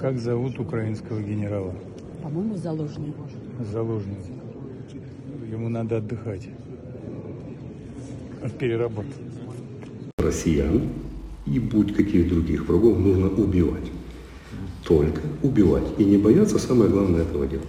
Как зовут украинского генерала? По-моему, заложник. Заложник. Ему надо отдыхать от переработки. россиян и будь каких других врагов нужно убивать. Только убивать. И не бояться, самое главное, этого дела.